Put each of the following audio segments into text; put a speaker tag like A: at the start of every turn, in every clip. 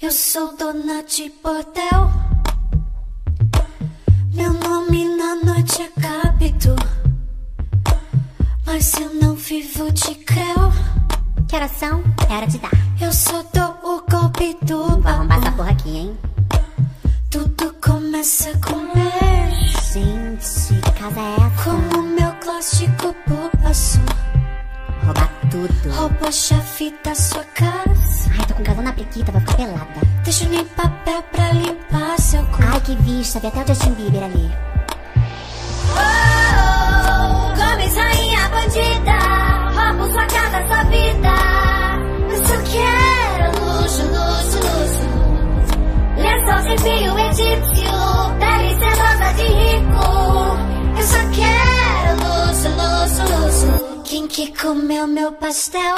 A: Eu sou dona de bordel. Meu nome na noite é Capito. Mas eu não vivo de creu.
B: Que horas são? É hora de dar.
A: Eu só dou o golpe do
B: Vou arrombar essa
A: babu.
B: porra aqui, hein?
A: Tudo começa com beijo.
B: Gente, que casa é essa?
A: Como meu clássico pulso.
B: Roubar tudo.
A: Roubo a chave da sua casa.
B: Ai, tô com casal na periquita, vou ficar pelada.
A: Deixo nem papel pra limpar seu cu.
B: Ai, que vista, vi até o Justin Bieber ali.
A: Gomes, rainha bandida, roubo sua casa, sua vida. Mas eu quero luxo, luxo, luxo. Lençol de fio egípcio, pele sedosa de rico. Eu só quero luxo, luxo, luxo. Quem que comeu meu pastel?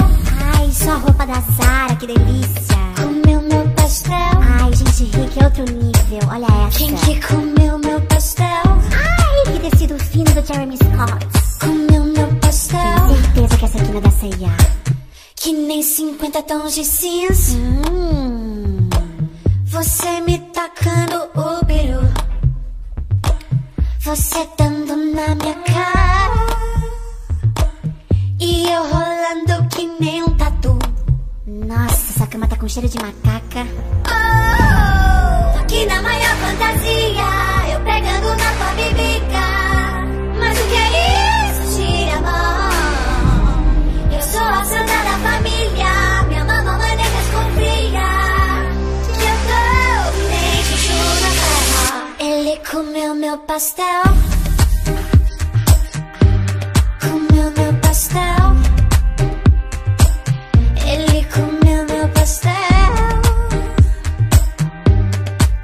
B: Ai, só a roupa da Zara, que delícia.
A: Comeu meu pastel?
B: Ai, gente rica é outro nível, olha essa.
A: Quem que comeu meu pastel?
B: Ai, que tecido fino do Jeremy Scott.
A: Comeu meu pastel?
B: Certeza que essa aqui não é da C&A.
A: Que nem 50 tons de cinza.
B: Hum,
A: Você me tacando o biru Você dando na minha cara E eu rolando que nem um tatu
B: nossa, essa cama tá com cheiro de macaca.
A: Oh, que na maior fantasia Eu pegando na tua bibica Mas o que é isso? Tira a mão Eu sou a santa da família Minha mamãe nem desconfia Que eu tô que nem chuchu na terra Ele comeu meu pastel Comeu meu pastel Ele comeu meu pastel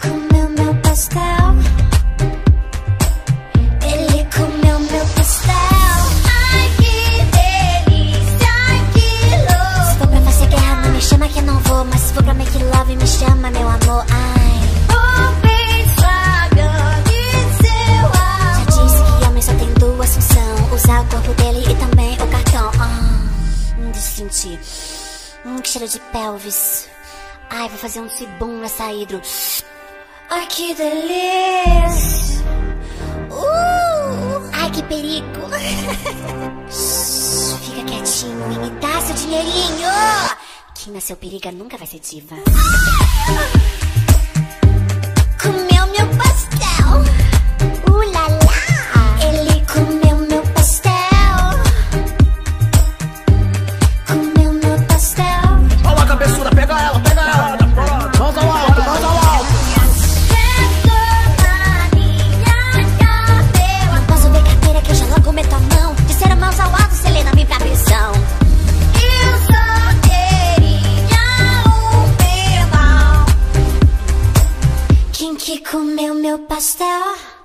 A: Comeu meu pastel. Ele comeu meu pastel. Ai que delícia, ai que louco.
B: Se for pra fazer guerra, não me chama que eu não vou. Mas se for pra make love, me chama, meu amor. Ai,
A: Volkswagen de seu
B: já
A: amor.
B: disse que homem só tem duas funções. Usar o corpo dele e também o cartão. Ah, hum, deixa eu sentir. Hum, que cheiro de pelvis. Ai, vou fazer um cibum nessa hidro.
A: Ai que delícia. Uh,
B: Ai, que perigo. Shhh, Fica quietinho e me dá seu dinheirinho. Quem nasceu periga nunca vai ser diva.
A: comeu meu pastel.
B: Uh, lá, lá.
A: Ele comeu meu pastel. Comeu meu pastel.
C: Olha a cabeçuda, pega ela, pega ela. Manda o alto, manda o alto.
B: Não posso ver carteira que eu já logo meto a mão. Disseram mãos ao alto, Selena, vem pra prisão.
A: Quem que comeu meu pastel?